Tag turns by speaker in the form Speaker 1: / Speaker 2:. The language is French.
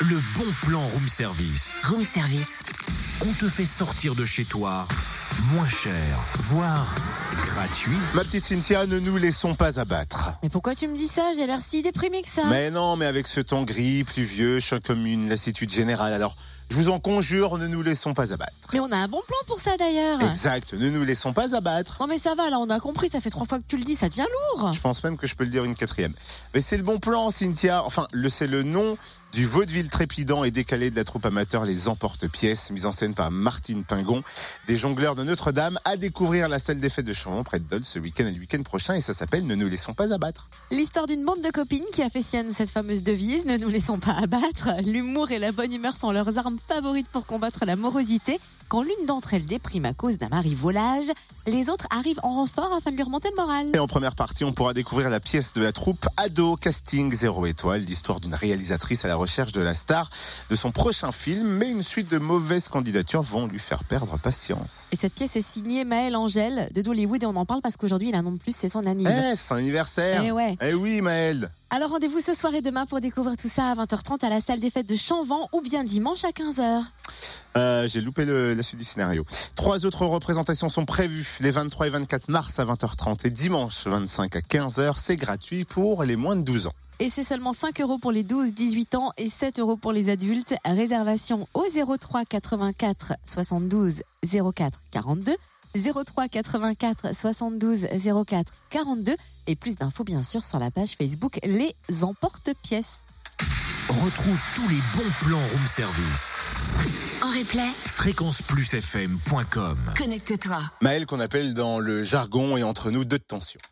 Speaker 1: Le bon plan room service.
Speaker 2: Room service.
Speaker 1: On te fait sortir de chez toi moins cher, voire gratuit.
Speaker 3: Ma petite Cynthia, ne nous laissons pas abattre.
Speaker 2: Mais pourquoi tu me dis ça J'ai l'air si déprimé que ça.
Speaker 3: Mais non, mais avec ce temps gris, pluvieux, choc commune, lassitude générale, alors je vous en conjure, ne nous laissons pas abattre.
Speaker 2: Mais on a un bon plan pour ça d'ailleurs.
Speaker 3: Exact, ne nous laissons pas abattre.
Speaker 2: Non mais ça va, là on a compris, ça fait trois fois que tu le dis, ça devient lourd.
Speaker 3: Je pense même que je peux le dire une quatrième. Mais c'est le bon plan, Cynthia. Enfin, le, c'est le nom du vaudeville trépidant et décalé de la troupe amateur Les Emporte-Pièces, mise en scène par Martine Pingon, des jongleurs de Notre-Dame, à découvrir la salle des fêtes de Chambon près de Dole ce week-end et le week-end prochain. Et ça s'appelle Ne nous laissons pas abattre.
Speaker 2: L'histoire d'une bande de copines qui a fait sienne cette fameuse devise, ne nous laissons pas abattre. L'humour et la bonne humeur sont leurs armes favorites pour combattre la morosité. Quand l'une d'entre elles déprime à cause d'un mari volage, les autres arrivent en renfort afin de lui remonter le moral.
Speaker 3: Et en première partie, on pourra découvrir la pièce de la troupe Ado Casting Zéro Étoile, l'histoire d'une réalisatrice à la recherche de la star de son prochain film, mais une suite de mauvaises candidatures vont lui faire perdre patience.
Speaker 2: Et cette pièce est signée Maël Angèle de Dollywood et on en parle parce qu'aujourd'hui il a un nom de plus, c'est son
Speaker 3: Eh,
Speaker 2: anniversaire.
Speaker 3: c'est son anniversaire
Speaker 2: Eh ouais.
Speaker 3: Eh oui, Maëlle
Speaker 2: Alors rendez-vous ce soir et demain pour découvrir tout ça à 20h30 à la salle des fêtes de Chanvent ou bien dimanche à 15h.
Speaker 3: Euh, J'ai loupé le- la suite du scénario. Trois autres représentations sont prévues les 23 et 24 mars à 20h30 et dimanche 25 à 15h. C'est gratuit pour les moins de 12 ans.
Speaker 2: Et c'est seulement 5 euros pour les 12-18 ans et 7 euros pour les adultes. Réservation au 03 84 72 04 42. 03 84 72 04 42. Et plus d'infos, bien sûr, sur la page Facebook Les Emporte-Pièces.
Speaker 1: Retrouve tous les bons plans room service.
Speaker 2: En replay,
Speaker 1: Fréquenceplusfm.com
Speaker 2: connecte-toi.
Speaker 3: Maëlle qu'on appelle dans le jargon et entre nous deux de tension.